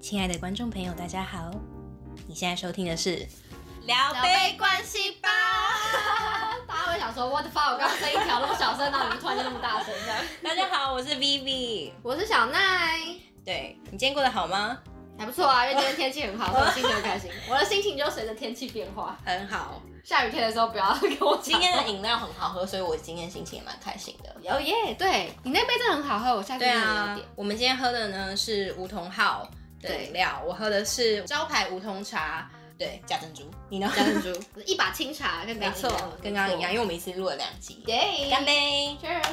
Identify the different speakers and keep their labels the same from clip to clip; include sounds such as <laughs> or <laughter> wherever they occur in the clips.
Speaker 1: 亲爱的观众朋友，大家好！你现在收听的是
Speaker 2: 聊
Speaker 3: 聊
Speaker 2: 杯
Speaker 3: 杯
Speaker 2: 关系吧。
Speaker 3: 大家会想说，What the fuck？我刚刚声音调那么小声，然后你们突然间那么大声这样。
Speaker 1: 大家好，我是 Vivi。
Speaker 3: 我是小奈，
Speaker 1: 对你今天过得好吗？
Speaker 3: 还不错啊，因为今天天气很好，所以我心情很开心。我的心情就随着天气变化，
Speaker 1: 很好，
Speaker 3: 下雨天的时候不要跟我
Speaker 1: 今
Speaker 3: 讲。 <laughs>
Speaker 1: 天的饮料很好喝，所以我今天心情也蛮开心的。
Speaker 3: 哦耶，对你那杯真的很好喝，我下次
Speaker 1: 对
Speaker 3: 一定要
Speaker 1: 啊
Speaker 3: 点。，
Speaker 1: 我们今天喝的呢是梧桐号的饮料，我喝的是招牌梧桐茶，对，假珍珠。你呢？假珍珠，
Speaker 3: 啊一把清茶跟
Speaker 1: 没
Speaker 3: 刚
Speaker 1: 错，跟刚刚一样，，因为我们一次录了两集。
Speaker 3: 耶，
Speaker 1: 干杯！
Speaker 3: ，Cheers！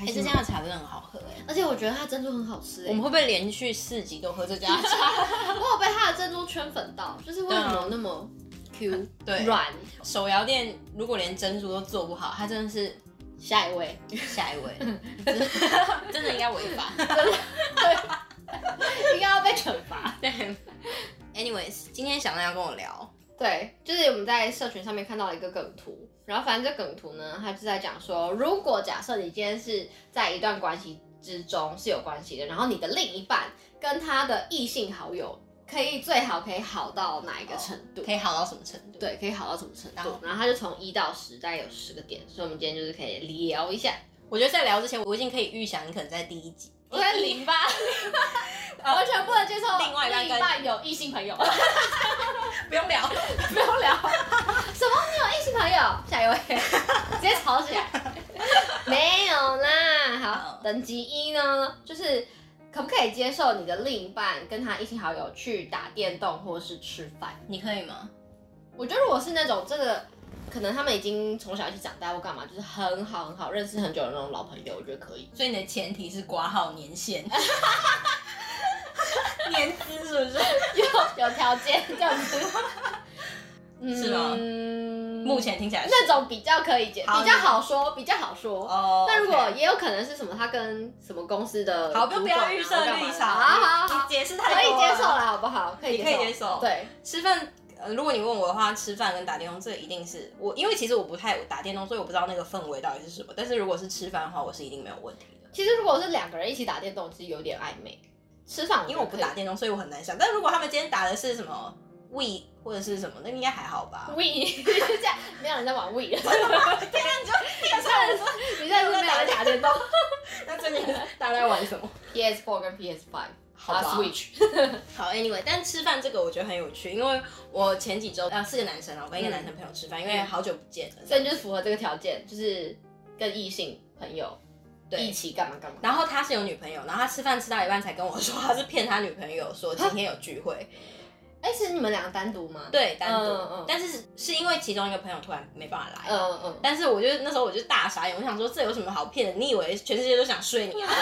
Speaker 1: 哎，这家的茶真的很好喝哎。
Speaker 3: 而且我觉得它的珍珠很好吃、欸，
Speaker 1: 我们会不会连续四集都喝这家茶
Speaker 3: 我有被它的珍珠圈粉到，就是为什么那么啊
Speaker 1: ？Q 对，
Speaker 3: 软？
Speaker 1: 手摇店如果连珍珠都做不好，它真的是
Speaker 3: 下一 <laughs> 位，
Speaker 1: 下一 <laughs> 位，真的应该违 <laughs> 法。
Speaker 3: 应该要被惩罚。
Speaker 1: 对，anyways，今天小奈要跟我聊，
Speaker 3: 对，就是我们在社群上面看到了一个梗图，然后反正这梗图呢，它就在讲说，如果假设你今天是在一段关系之中是有关系的，然后你的另一半跟他的异性好友，可以最好可以好到哪一个程度？
Speaker 1: 哦可以好到什么程度？，
Speaker 3: 对，可以好到什么程
Speaker 1: 然
Speaker 3: 度
Speaker 1: 后？
Speaker 3: 然后他就从一到十，大概有十个点，所以我们今天就是可以聊一下。
Speaker 1: 我觉得在聊之前，我已经可以预想你可能在第哦一集，
Speaker 3: 我在零八， <laughs> 完全不能接受
Speaker 1: 另外一半跟
Speaker 3: 另一半有异性朋友，
Speaker 1: 不用聊，
Speaker 3: <laughs> 不用聊。 <laughs> 什么？你有异性朋友？下一位，直接吵起 <laughs> 来。没有啦。
Speaker 1: 好
Speaker 3: 好，等级一呢，就是可不可以接受你的另一半跟他异性好友去打电动或是吃饭？
Speaker 1: 你可以吗？
Speaker 3: 我觉得如果是那种这个。可能他们已经从小一起长大或干嘛，就是很好很好认识很久的那种老朋友，我觉得可以。
Speaker 1: 所以你的前提是挂号年 <laughs> 限，年资是不是？
Speaker 3: <laughs> 有有条件这样 <laughs> 子，
Speaker 1: 是吗
Speaker 3: 嗯
Speaker 1: 目前听起来是
Speaker 3: 那种比较可以解，
Speaker 1: 好
Speaker 3: 比较好说，比较好说。
Speaker 1: 哦
Speaker 3: 那如果
Speaker 1: OK
Speaker 3: 也有可能是什么，他跟什么公司的
Speaker 1: 好，就不
Speaker 3: 主
Speaker 1: 要
Speaker 3: 管啊
Speaker 1: 预设立
Speaker 3: 或干嘛的
Speaker 1: 场，
Speaker 3: 好好好，
Speaker 1: 你解释太
Speaker 3: 可以
Speaker 1: 多了
Speaker 3: 接受了，好不好？可
Speaker 1: 你
Speaker 3: 以接
Speaker 1: 可
Speaker 3: 受，
Speaker 1: 以接受
Speaker 3: 对，
Speaker 1: 吃饭、呃，如果你问我的话，吃饭跟打电动，这一定是我，因为其实我不太打电动，所以我不知道那个氛围到底是什么。但是如果是吃饭的话，我是一定没有问题的，
Speaker 3: 其实如果是两个人一起打电动，其实有点暧昧。吃饭，
Speaker 1: 因为我不打电动，所以我很难想。但如果他们今天打的是什么 We <laughs> 或者是什么，那应该还好吧？
Speaker 3: We，就是 <laughs> 这样，没有人
Speaker 1: <laughs>
Speaker 3: 在玩 We，你
Speaker 1: 那
Speaker 3: 现在是没有人在
Speaker 1: <laughs>
Speaker 3: 打电动
Speaker 1: 最近大家在玩什么？
Speaker 3: ，PS4 跟 PS5，
Speaker 1: 好吧
Speaker 3: s w i t c h
Speaker 1: 好，anyway，但吃饭这个我觉得很有趣，因为我前几周呃四个男生啊，我跟一个男生朋友吃饭，因为好久不见了，
Speaker 3: 所以就是符合这个条件，就是跟异性朋友
Speaker 1: 对
Speaker 3: 一起干嘛干嘛。
Speaker 1: 然后他是有女朋友，然后他吃饭吃到一半才跟我说，他是骗他女朋友说今天有聚 <laughs> 会，
Speaker 3: 哎、是你们两个单独吗？，
Speaker 1: 对，单独。
Speaker 3: 嗯嗯
Speaker 1: 但是是因为其中一个朋友突然没办法来，
Speaker 3: 嗯嗯，
Speaker 1: 但是我就那时候我就大傻眼，我想说这有什么好骗的？你以为全世界都想睡你啊？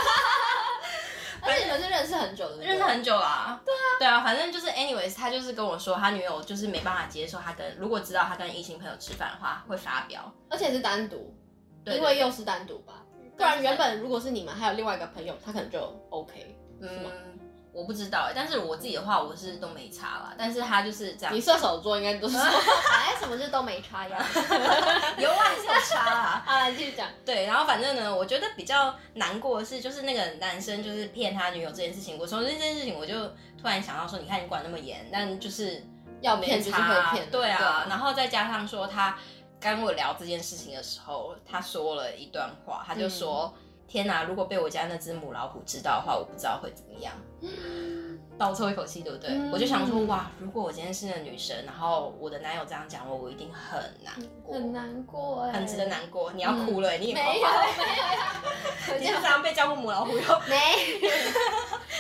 Speaker 3: 而且你们是认识很久的，对不对
Speaker 1: 认识很久啦、对啊，对啊，反正就是 anyways，他就是跟我说他女友就是没办法接受他跟如果知道他跟异性朋友吃饭的话会发飙，
Speaker 3: 而且是单独，
Speaker 1: 对
Speaker 3: 因为又是单独吧。不然原本如果是你们还有另外一个朋友，他可能就 OK。是吗
Speaker 1: 嗯。我不知道、欸，但是我自己的话，我是都没差啦。但是他就是这样，
Speaker 3: 你射手座应该都是说，哎，什么事都没差呀。
Speaker 1: <laughs> 有啊，还是有差啦。
Speaker 3: <laughs> 好来继续讲。
Speaker 1: 对，然后反正呢，我觉得比较难过的是，就是那个男生就是骗他女友这件事情。我从这件事情，我就突然想到说，你看你管那么严，但就是
Speaker 3: 要哦骗
Speaker 1: 没
Speaker 3: 就是
Speaker 1: 差啊
Speaker 3: 会骗
Speaker 1: 对
Speaker 3: 对
Speaker 1: 啊
Speaker 3: 啊。
Speaker 1: 然后再加上说他跟我聊这件事情的时候，他说了一段话，他就说：“
Speaker 3: 嗯
Speaker 1: 天哪、如果被我家那只母老虎知道的话，我不知道会怎么
Speaker 3: <laughs>
Speaker 1: 样。”倒抽一口气，对不对？
Speaker 3: 嗯
Speaker 1: 我就想说，哇，如果我今天是个女生，然后我的男友这样讲我，我一定很难过，
Speaker 3: 很难过哎、
Speaker 1: 很值得难过。你要哭了、你也
Speaker 3: 嗯没有
Speaker 1: 哭吧
Speaker 3: 没 <laughs> 有，
Speaker 1: <laughs> 你是常常被叫过母老虎，
Speaker 3: <laughs>
Speaker 1: 有 <laughs>
Speaker 3: 没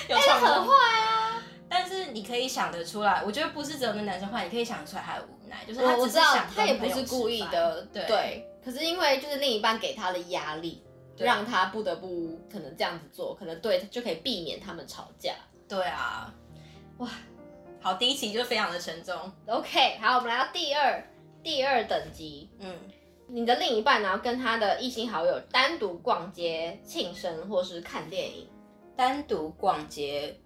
Speaker 1: 有创
Speaker 3: 很
Speaker 1: 伤
Speaker 3: 坏。啊。
Speaker 1: 但是你可以想得出来，我觉得不是只有那男生坏，你可以想得出来他的无奈，就是他
Speaker 3: 我我
Speaker 1: 只
Speaker 3: 知
Speaker 1: 是
Speaker 3: 道
Speaker 1: 想
Speaker 3: 他
Speaker 1: 跟
Speaker 3: 也
Speaker 1: 朋
Speaker 3: 不
Speaker 1: 友
Speaker 3: 是故意
Speaker 1: 吃饭
Speaker 3: 的，
Speaker 1: 对
Speaker 3: 可是因为就是另一半给他的压力，
Speaker 1: 对
Speaker 3: 让他不得不可能这样子做，可能对就可以避免他们吵架。
Speaker 1: 对啊，哇，好，第一期就非常的沉重，
Speaker 3: OK，好，我们来到第二第二等级，
Speaker 1: 嗯，
Speaker 3: 你的另一半然后跟他的异性好友单独逛街、庆生或是看电影，
Speaker 1: 单独逛街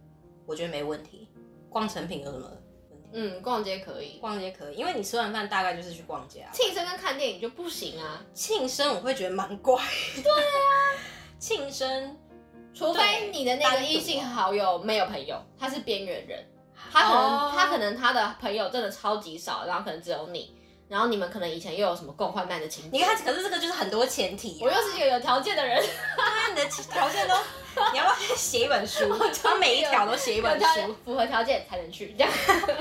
Speaker 1: 我觉得没问题，逛成品有什么问题？
Speaker 3: 嗯，逛街可以，
Speaker 1: 逛街可以，因为你吃完饭大概就是去逛街啊。
Speaker 3: 庆生跟看电影就不行啊。
Speaker 1: <laughs> 庆生我会觉得蛮怪，对啊，庆生
Speaker 3: 除非你的那个异性好友没有朋友，他是边缘人，他可能、
Speaker 1: 哦
Speaker 3: 他可能他的朋友真的超级少，然后可能只有你，然后你们可能以前又有什么共患难的情节。
Speaker 1: 你看，可是这个就是很多前提、啊
Speaker 3: 我又是一个有条件的人，
Speaker 1: 那你的条件都，你要不要写一本
Speaker 3: <laughs>
Speaker 1: 书？他每一条都写一
Speaker 3: 有
Speaker 1: 本
Speaker 3: 条件
Speaker 1: 书。
Speaker 3: 符合条件才能去这样。 <laughs>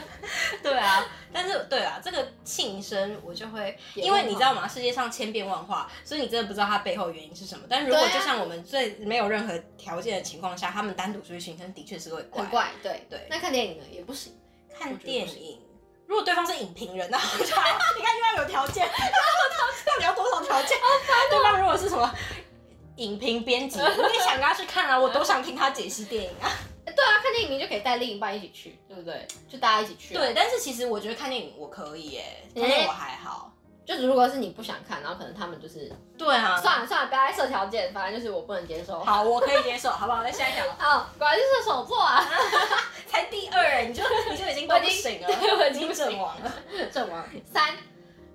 Speaker 1: 对啊，但是对啊，这个庆生我就会，
Speaker 3: 也
Speaker 1: 因为
Speaker 3: 很
Speaker 1: 你
Speaker 3: 好 <laughs>
Speaker 1: 知道吗？世界上千变万化，所以你真的不知道它背后原因是什么。但如果
Speaker 3: 对啊
Speaker 1: 就像我们最没有任何条件的情况下，他们单独出去行程，的确是会怪
Speaker 3: 很。怪，对
Speaker 1: 对
Speaker 3: 那看电影呢也不行，
Speaker 1: 看
Speaker 3: 我觉得不
Speaker 1: 电
Speaker 3: 行
Speaker 1: 影，如果对方是影评人，那我就还你看又要有 <laughs> 条件， <laughs> 到
Speaker 3: 哦
Speaker 1: 底要多少条件？对方如果是什么影评编
Speaker 3: <laughs>
Speaker 1: 辑，我也想跟他去看啊，我多想听他解析电影啊。
Speaker 3: 对啊，看电影你就可以带另一半一起去，对不对？就大家一起去啊。
Speaker 1: 对，但是其实我觉得看电影我可以耶，看电影我还好。
Speaker 3: 就是如果是你不想看，然后可能他们就是
Speaker 1: 对啊，
Speaker 3: 算了算了，不要再设条件，反正就是我不能接受。
Speaker 1: 好，我可以接受，好不好？那下一条
Speaker 3: 哦，果然是射手座啊， <laughs>
Speaker 1: 才第二，你就你就已经都
Speaker 3: 我
Speaker 1: 不
Speaker 3: 已经
Speaker 1: 行了，
Speaker 3: <laughs> 对我已经
Speaker 1: 经
Speaker 3: 不行
Speaker 1: 阵亡了。
Speaker 3: 阵亡。三，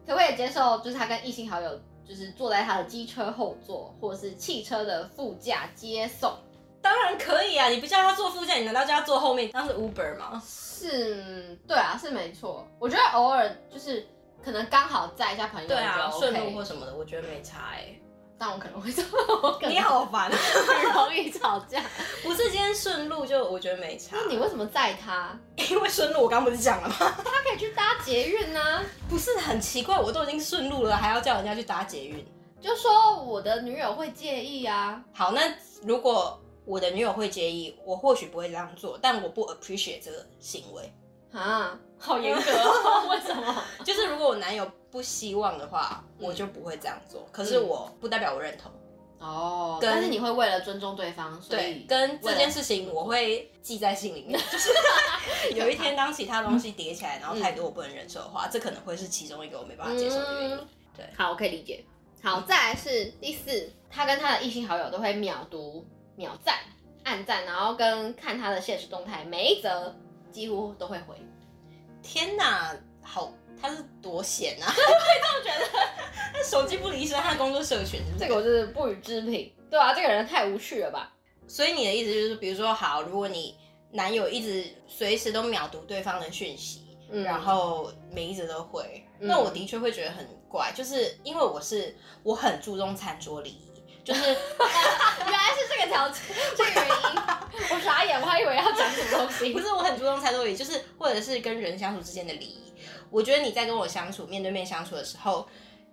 Speaker 3: 可不可以接受？就是他跟异性好友，就是坐在他的机车后座，或是汽车的副驾接送，
Speaker 1: 当然可以啊，你不叫他坐副驾，你难道叫他坐后面？那是 Uber 吗？
Speaker 3: 是，嗯对啊，是没错。我觉得偶尔就是可能刚好载一下朋友，
Speaker 1: 对啊，
Speaker 3: 我觉
Speaker 1: 顺
Speaker 3: 得 OK
Speaker 1: 路或什么的，我觉得没差哎。
Speaker 3: 但我可能会 <laughs> 这么，我可能
Speaker 1: 你好烦啊，
Speaker 3: 很容易吵架。 <laughs>
Speaker 1: 不是今天顺路就我觉得没差
Speaker 3: 那，你为什么载他？
Speaker 1: <laughs> 因为顺路我刚不是讲了吗？
Speaker 3: 他可以去搭捷运啊。
Speaker 1: 不是很奇怪，我都已经顺路了，还要叫人家去搭捷运。
Speaker 3: 就说我的女友会介意啊，
Speaker 1: 好，那如果我的女友会介意，我或许不会这样做，但我不 appreciate 这个行为。
Speaker 3: 啊，好严格、 <laughs> 哦，为什么？
Speaker 1: 就是如果我男友不希望的话，
Speaker 3: 嗯
Speaker 1: 我就不会这样做。可是我不代表我认同，
Speaker 3: 哦，
Speaker 1: 跟
Speaker 3: 但是你会为了尊重对啊方，所
Speaker 1: 对
Speaker 3: 以，
Speaker 1: 跟这件
Speaker 3: 事
Speaker 1: 事情我会记在心里面。就是
Speaker 3: <laughs>
Speaker 1: 有一天当其他东西叠起来，然后太多我不能忍受的
Speaker 3: 嗯
Speaker 1: 话，这可能会是其中一个我没办法接受的原因。对
Speaker 3: 好，我可以理解。好，再来是第四，他跟他的异性好友都会秒读、秒赞、暗赞，然后跟看他的现实动态，每一则几乎都会回。
Speaker 1: 天哪，好，他是多闲啊！
Speaker 3: <laughs> 我觉得
Speaker 1: <laughs> 他手机不离身，他工作社
Speaker 3: <laughs>
Speaker 1: 群是不是
Speaker 3: 这个我就是不予置评。对啊，这个人太无趣了吧？
Speaker 1: 所以你的意思就是，比如说，好，如果你男友一直随时都秒读对方的讯息，
Speaker 3: 嗯
Speaker 1: 然后每一直都会，
Speaker 3: 嗯
Speaker 1: 那我的确会觉得很怪，就是因为我是我很注重餐桌礼仪，就是
Speaker 3: <laughs> 原来是这个条件， <laughs> 这个原因。我傻眼，我还以为要讲什么东西
Speaker 1: 不。是我很注重餐桌礼仪，就是或者是跟人相处之间的礼仪。我觉得你在跟我相处、面对面相处的时候，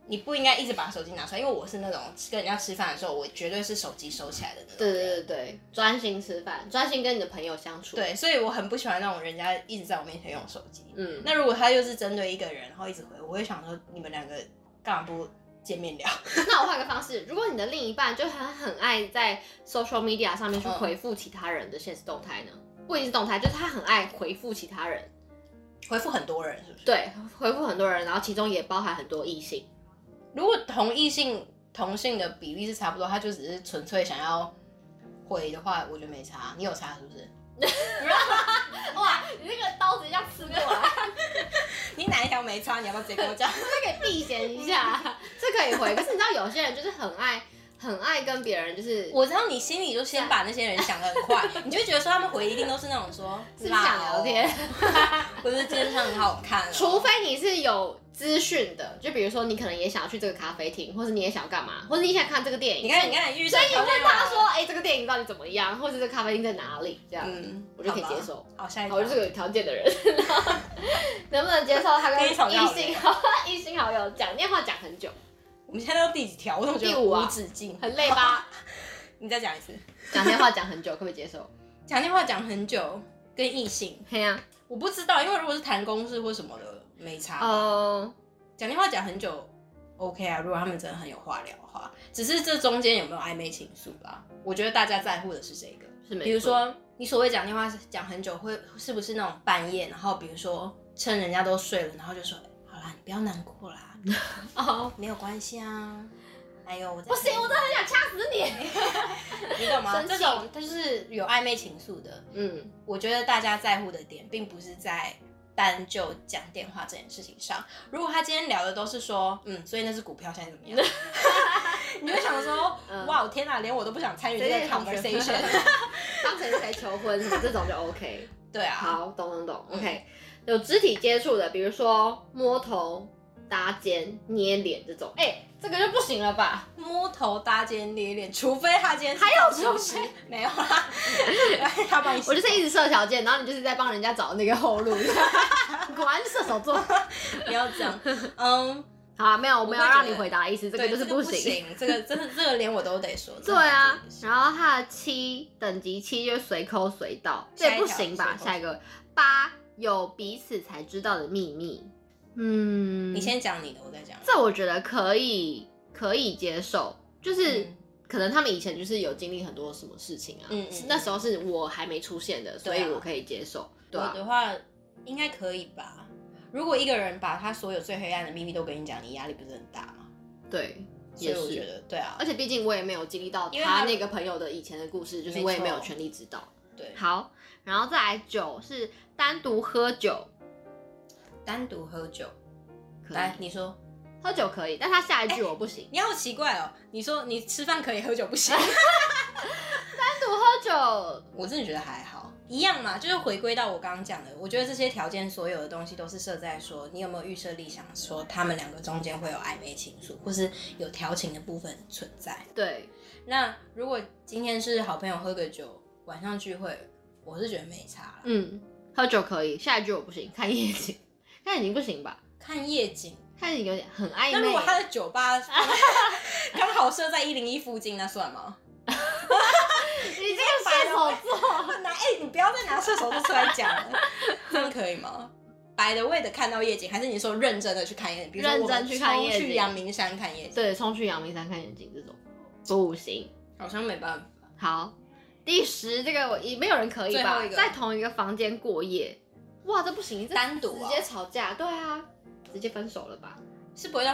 Speaker 1: 你不应该一直把手机拿出来，因为我是那种跟人家吃饭的时候，我绝对是手机收起来的那种。
Speaker 3: 对对对对，专心吃饭，专心跟你的朋友相处。，
Speaker 1: 对，所以我很不喜欢那种人家一直在我面前用手机。
Speaker 3: 嗯，
Speaker 1: 那如果他又是针对一个人，然后一直回，我会想说你们两个干嘛不见面聊？ <laughs>
Speaker 3: 那我换个方式，如果你的另一半就很很爱在 social media 上面去回复其他人的现实动态呢？不一定是动态，就是他很爱回复其他人，
Speaker 1: 回复很多人是不是？，
Speaker 3: 对，回复很多人，然后其中也包含很多异性。
Speaker 1: 如果同异性同性的比例是差不多，他就只是纯粹想要回的话，我觉得没差。你有差是不是？
Speaker 3: <laughs> 哇，你这个刀子一下刺过来，
Speaker 1: 你哪一条没差？你要不要直接跟我讲？
Speaker 3: <laughs> 这可以避嫌一下，这可以回。可是你知道有些人就是很爱很爱跟别人就是
Speaker 1: <laughs> 我知道你心里就先把那些人想得很 <laughs> 快，你就会觉得说他们回一定都是那种说，
Speaker 3: 是不是想聊天，
Speaker 1: <laughs> 或者是今天上很好看、哦，
Speaker 3: 除非你是有资讯的，就比如说你可能也想要去这个咖啡厅，或者你也想要干嘛，或者你想看这个电影。
Speaker 1: 你看你看啊遇
Speaker 3: 所
Speaker 1: 上
Speaker 3: 以你
Speaker 1: 条件
Speaker 3: 问他
Speaker 1: 了
Speaker 3: 说，，哎、这个电影到底怎么样，或者这个咖啡厅在哪里，这样、
Speaker 1: 嗯，
Speaker 3: 我就可以接
Speaker 1: 好吧。
Speaker 3: 受。
Speaker 1: 好，下一
Speaker 3: 好，我
Speaker 1: 条
Speaker 3: 就。是个有条件的人， <laughs> 然后能不能接受他跟
Speaker 1: 跟你吵架
Speaker 3: 异
Speaker 1: 了
Speaker 3: 性好异性好友讲电话讲很久，
Speaker 1: 我们现在到第几条？我怎么觉
Speaker 3: 第
Speaker 1: 得
Speaker 3: 五啊
Speaker 1: 无止境？
Speaker 3: 很累
Speaker 1: <laughs>
Speaker 3: 吧？
Speaker 1: 你再讲一次。
Speaker 3: 讲电话讲很久，可不可以接受？
Speaker 1: 讲电话讲很久，跟异性，
Speaker 3: 嘿呀、
Speaker 1: 我不知道，因为如果是谈公事或什么的，没差。
Speaker 3: 哦、
Speaker 1: 讲电话讲很久，OK 啊，如果他们真的很有话聊的话，只是这中间有没有暧昧情愫啦？我觉得大家在乎的是这个，
Speaker 3: 是没错
Speaker 1: 比如说你所谓讲电话讲很久，会是不是那种半夜，然后比如说趁人家都睡了，然后就说，哎好啦，你不要难过
Speaker 3: <laughs>
Speaker 1: 啦，
Speaker 3: 哦，
Speaker 1: 没有关系啊。哎呦，我在
Speaker 3: 不行，我真的很想掐死你。
Speaker 1: 你懂吗？
Speaker 3: 生
Speaker 1: 这
Speaker 3: 气
Speaker 1: 种就是有暧昧情愫的，
Speaker 3: 嗯，
Speaker 1: 我觉得大家在乎的点，并不是在单就讲电话这件事情上。如果他今天聊的都是说，嗯，所以那只股票现在怎么
Speaker 3: <laughs>
Speaker 1: 样？ <laughs> 你就想说，
Speaker 3: 嗯
Speaker 1: 哇，天哪，连我都不想参与这
Speaker 3: 谁
Speaker 1: 个
Speaker 3: 是同学
Speaker 1: conversation。
Speaker 3: <laughs> 当成谁求婚什么这种就 OK。
Speaker 1: 对啊，
Speaker 3: 好，懂懂懂
Speaker 1: 嗯
Speaker 3: ，OK。有肢体接触的，比如说摸头、搭肩、捏脸这种，哎、这个就不行了吧？
Speaker 1: 摸头搭肩捏脸，除非他今天还
Speaker 3: 有
Speaker 1: 厨师，没有啦， <laughs> 哎他帮你洗头，
Speaker 3: 我就是一直设条件，然后你就是在帮人家找那个后 <laughs> 路，果然是射手座。
Speaker 1: 不要这
Speaker 3: <laughs>
Speaker 1: 样，嗯，
Speaker 3: 好啊，没有，我没有
Speaker 1: 我会觉
Speaker 3: 让
Speaker 1: 得
Speaker 3: 你回答的意思，这个
Speaker 1: 对
Speaker 3: 就是
Speaker 1: 不
Speaker 3: 行。，
Speaker 1: 这个真的这个连我都得说，
Speaker 3: 对啊，
Speaker 1: 真的
Speaker 3: 然后它的七等级七就是随口随到，这也不行吧？下
Speaker 1: 下
Speaker 3: 一个八有彼此才知道的秘密，嗯，
Speaker 1: 你先讲你的，我再讲，
Speaker 3: 这我觉得可以可以接受，就是。
Speaker 1: 嗯
Speaker 3: 可能他们以前就是有经历很多什么事情啊，
Speaker 1: 嗯嗯
Speaker 3: 是那时候是我还没出现的，所以
Speaker 1: 对啊
Speaker 3: 我可以接受，对
Speaker 1: 我
Speaker 3: 啊，
Speaker 1: 的话应该可以吧？如果一个人把他所有最黑暗的秘密都跟你讲，你压力不是很大吗？
Speaker 3: 对，
Speaker 1: 所以
Speaker 3: 也
Speaker 1: 我觉
Speaker 3: 是，
Speaker 1: 得，对啊
Speaker 3: 而，且毕竟我也没有经历到
Speaker 1: 因为他
Speaker 3: 他那个朋友的以前的故事，就是
Speaker 1: 没
Speaker 3: 我也没有
Speaker 1: 错
Speaker 3: 权利知道。
Speaker 1: 对，
Speaker 3: 好，然后再来九是单独喝酒，
Speaker 1: 单独喝酒，
Speaker 3: 可以
Speaker 1: 来，你说，
Speaker 3: 喝酒可以，但他下一句我不行。
Speaker 1: 你好奇怪哦，你说你吃饭可以，喝酒不行。 <laughs>
Speaker 3: 单独喝酒，
Speaker 1: 我真的觉得还好，一样嘛，就是回归到我刚刚讲的，我觉得这些条件所有的东西都是设在说你有没有预设立想，说他们两个中间会有暧昧情愫，或是有调情的部分存在。
Speaker 3: 对，
Speaker 1: 那如果今天是好朋友喝个酒，晚上聚会，我是觉得没差啦。
Speaker 3: 嗯，喝酒可以，下一句我不行，看夜景， <laughs> 看夜景不行吧？
Speaker 1: 看夜景，
Speaker 3: 看夜景有点很暧
Speaker 1: 那如果
Speaker 3: 昧，
Speaker 1: 他的酒
Speaker 3: <laughs>
Speaker 1: 吧刚好设在一零一附近，那算吗？
Speaker 3: 你这个射手座，
Speaker 1: 拿哎、你不要再拿射手座出来讲了，真的可以吗？白的为的看到夜景，还是你说认真的去看夜景？比如说我
Speaker 3: 认
Speaker 1: 们
Speaker 3: 真去看夜景
Speaker 1: 冲去阳明山看夜景，
Speaker 3: 对，冲去阳明山看夜景这种不行。
Speaker 1: 好像没办法。
Speaker 3: 好，第十这个我也没有人可以吧
Speaker 1: 最后一？个
Speaker 3: 在同一个房间过夜，哇，这不行，这
Speaker 1: 单独
Speaker 3: 直
Speaker 1: 啊
Speaker 3: 接吵架，对啊，直接分手了吧？
Speaker 1: 是不会到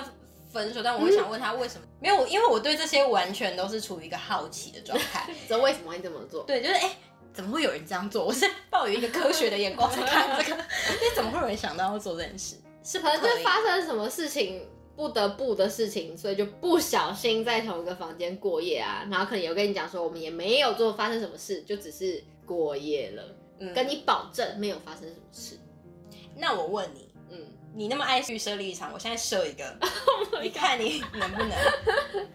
Speaker 1: 分手，但我会想问他为什
Speaker 3: 嗯
Speaker 1: 么、没有，因为我对这些完全都是处于一个好奇的状态。
Speaker 3: <laughs> 这为什么会这么做？
Speaker 1: 对，就是哎、怎么会有人这样做？我是抱有一个科学的眼光在看这个，
Speaker 3: <laughs>
Speaker 1: 你怎么会有人想到要做这件事？是不
Speaker 3: 可能就
Speaker 1: 可
Speaker 3: 是
Speaker 1: 以
Speaker 3: 发生什么事情不得不的事情，所以就不小心在同一个房间过夜啊。然后可能有跟你讲说，我们也没有做发生什么事，就只是过夜了，
Speaker 1: 嗯
Speaker 3: 跟你保证没有发生什么事。
Speaker 1: 那我问你，
Speaker 3: 嗯，
Speaker 1: 你那么爱预设立场，我现在设一
Speaker 3: <laughs>
Speaker 1: 个，
Speaker 3: Oh
Speaker 1: 你看你能不能？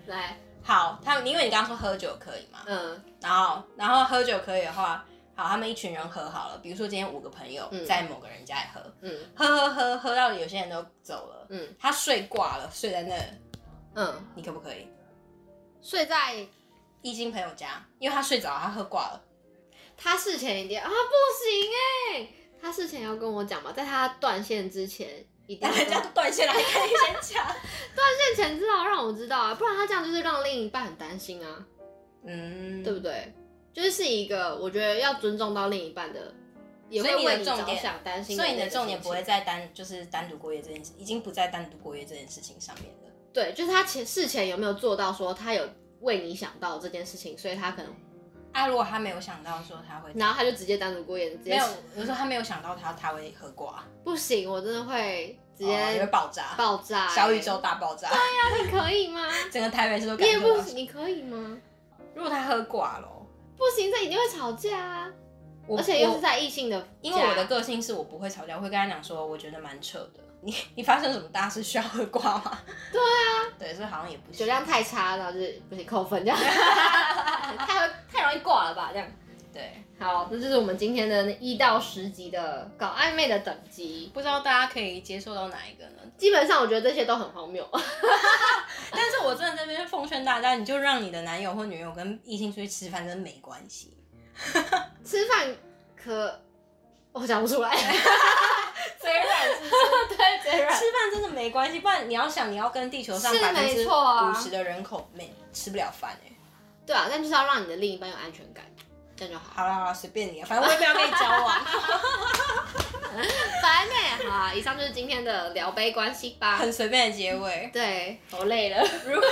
Speaker 3: 来，
Speaker 1: 好，他们因为你刚刚说喝酒可以嘛，
Speaker 3: 嗯
Speaker 1: 然后然后喝酒可以的话，好，他们一群人喝好了，比如说今天五个朋友
Speaker 3: 嗯
Speaker 1: 在某个人家里喝，
Speaker 3: 嗯
Speaker 1: 喝喝喝喝到有些人都走了，
Speaker 3: 嗯
Speaker 1: 他睡挂了，睡在那，
Speaker 3: 嗯，
Speaker 1: 你可不可以？
Speaker 3: 睡在
Speaker 1: 异性朋友家，因为他睡着了，他喝挂了，
Speaker 3: 他事前一定啊，不行哎、他事前要跟我讲嘛，在他断线之前一定 <laughs>
Speaker 1: 但
Speaker 3: 要
Speaker 1: 人家都断线了，还可以先讲。 <laughs>
Speaker 3: 断线前至少让我知道啊，不然他这样就是让另一半很担心啊。
Speaker 1: 嗯，
Speaker 3: 对不对？就是是一个我觉得要尊重到另一半的，也
Speaker 1: 所以
Speaker 3: 会
Speaker 1: 你的
Speaker 3: 为你
Speaker 1: 重
Speaker 3: 着
Speaker 1: 点
Speaker 3: 想、担心。
Speaker 1: 所以你的重点不会在单就是单独过夜这件事，已经不在单独过夜这件事情上面了。
Speaker 3: 对，就是他前事前有没有做到说他有为你想到这件事情，所以他可能，
Speaker 1: 啊，如果他没有想到说他会，
Speaker 3: 然后他就直接单独过夜，直接
Speaker 1: 没有，我说他没有想到他他会喝挂，
Speaker 3: 不行，我真的会直
Speaker 1: 哦也会
Speaker 3: 接
Speaker 1: 爆炸，啊
Speaker 3: 爆炸、
Speaker 1: 小宇宙，大爆炸，
Speaker 3: 你可以 <laughs> 吗？
Speaker 1: 整个台北市都
Speaker 3: 你
Speaker 1: 感
Speaker 3: 也
Speaker 1: 觉
Speaker 3: 不
Speaker 1: 到。
Speaker 3: 行，你可以吗？
Speaker 1: 如果他喝挂了，
Speaker 3: 不行，这一定会吵架啊！
Speaker 1: 我
Speaker 3: 而且又是
Speaker 1: 我
Speaker 3: 在异性的，
Speaker 1: 因为我的，个性是我不会吵架，我会跟他讲说，我觉得蛮扯的。你你发生什么大事需要喝挂吗？ <laughs> 对啊，对，所以好像也不行。
Speaker 3: 酒量太差，然后就是不行扣分 <laughs> 这样，太太容易挂了吧这样。
Speaker 1: 对，
Speaker 3: 好，这就是我们今天的一到十集的搞暧昧的等级。
Speaker 1: 不知道大家可以接受到哪一个呢？
Speaker 3: 基本上我觉得这些都很荒 <laughs> 谬。
Speaker 1: <laughs> 但是我真的在这边奉劝大家，你就让你的男友或女友跟异性出去吃饭，真的没关系。 <laughs>
Speaker 3: 吃饭可我讲不出来，
Speaker 1: 虽然是
Speaker 3: <laughs> 对，嘴 <laughs> 软
Speaker 1: 吃饭真的没关系，不然你要想，你要跟地球上
Speaker 3: 是
Speaker 1: 百分
Speaker 3: 没
Speaker 1: 之
Speaker 3: 错啊
Speaker 1: 五十的人口没吃不了饭哎、
Speaker 3: 对啊，但就是要让你的另一半有安全感，这样就 <laughs> 好。
Speaker 1: 好啦好啦，随便你啊，反正我也没有跟你交往，
Speaker 3: <laughs> 烦呢，好啊，以上就是今天的聊 <laughs> 杯关系吧。
Speaker 1: 很随便的结尾。
Speaker 3: 对，好累了。
Speaker 1: 如果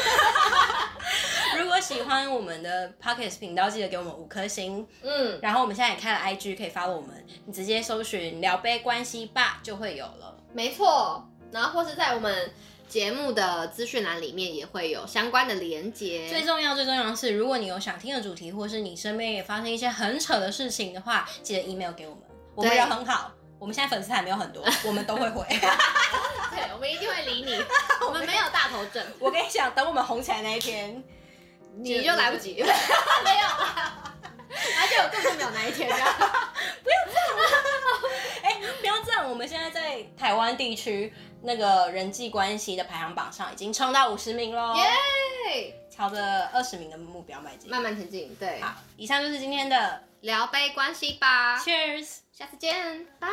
Speaker 1: 如果喜欢我们的 Pockets 频道，记得给我们五颗星。
Speaker 3: <laughs> 嗯，
Speaker 1: 然后我们现在也开了 IG，可以 follow 我们，你直接搜寻“聊杯关系吧”就会有了。
Speaker 3: 没错。然后或是在我们节目的资讯栏里面也会有相关的连接。
Speaker 1: 最重要、最重要的是，如果你有想听的主题，或是你身边也发生一些很扯的事情的话，记得 email 给我们，我们
Speaker 3: 对
Speaker 1: 人很好。我们现在粉丝还没有很多，我们都会
Speaker 3: <laughs>
Speaker 1: 回。 <laughs>
Speaker 3: 对，我们一定会理你。 <laughs> 我们没有大头症，
Speaker 1: 我跟你讲，等我们红起来那一天，
Speaker 3: 你就来不 <laughs> 及。没有啦， <laughs> 而且我根本就没有那一天啊。
Speaker 1: 哎、不要这样！我们现在在台湾地区那个人际关系的排行榜上已经冲到五十名喽
Speaker 3: 耶、对
Speaker 1: 朝着二十名的目标迈进。
Speaker 3: 慢慢前进。对，
Speaker 1: 好，以上就是今天的
Speaker 3: 聊杯关系吧，
Speaker 1: Cheers。
Speaker 3: 下次见，拜。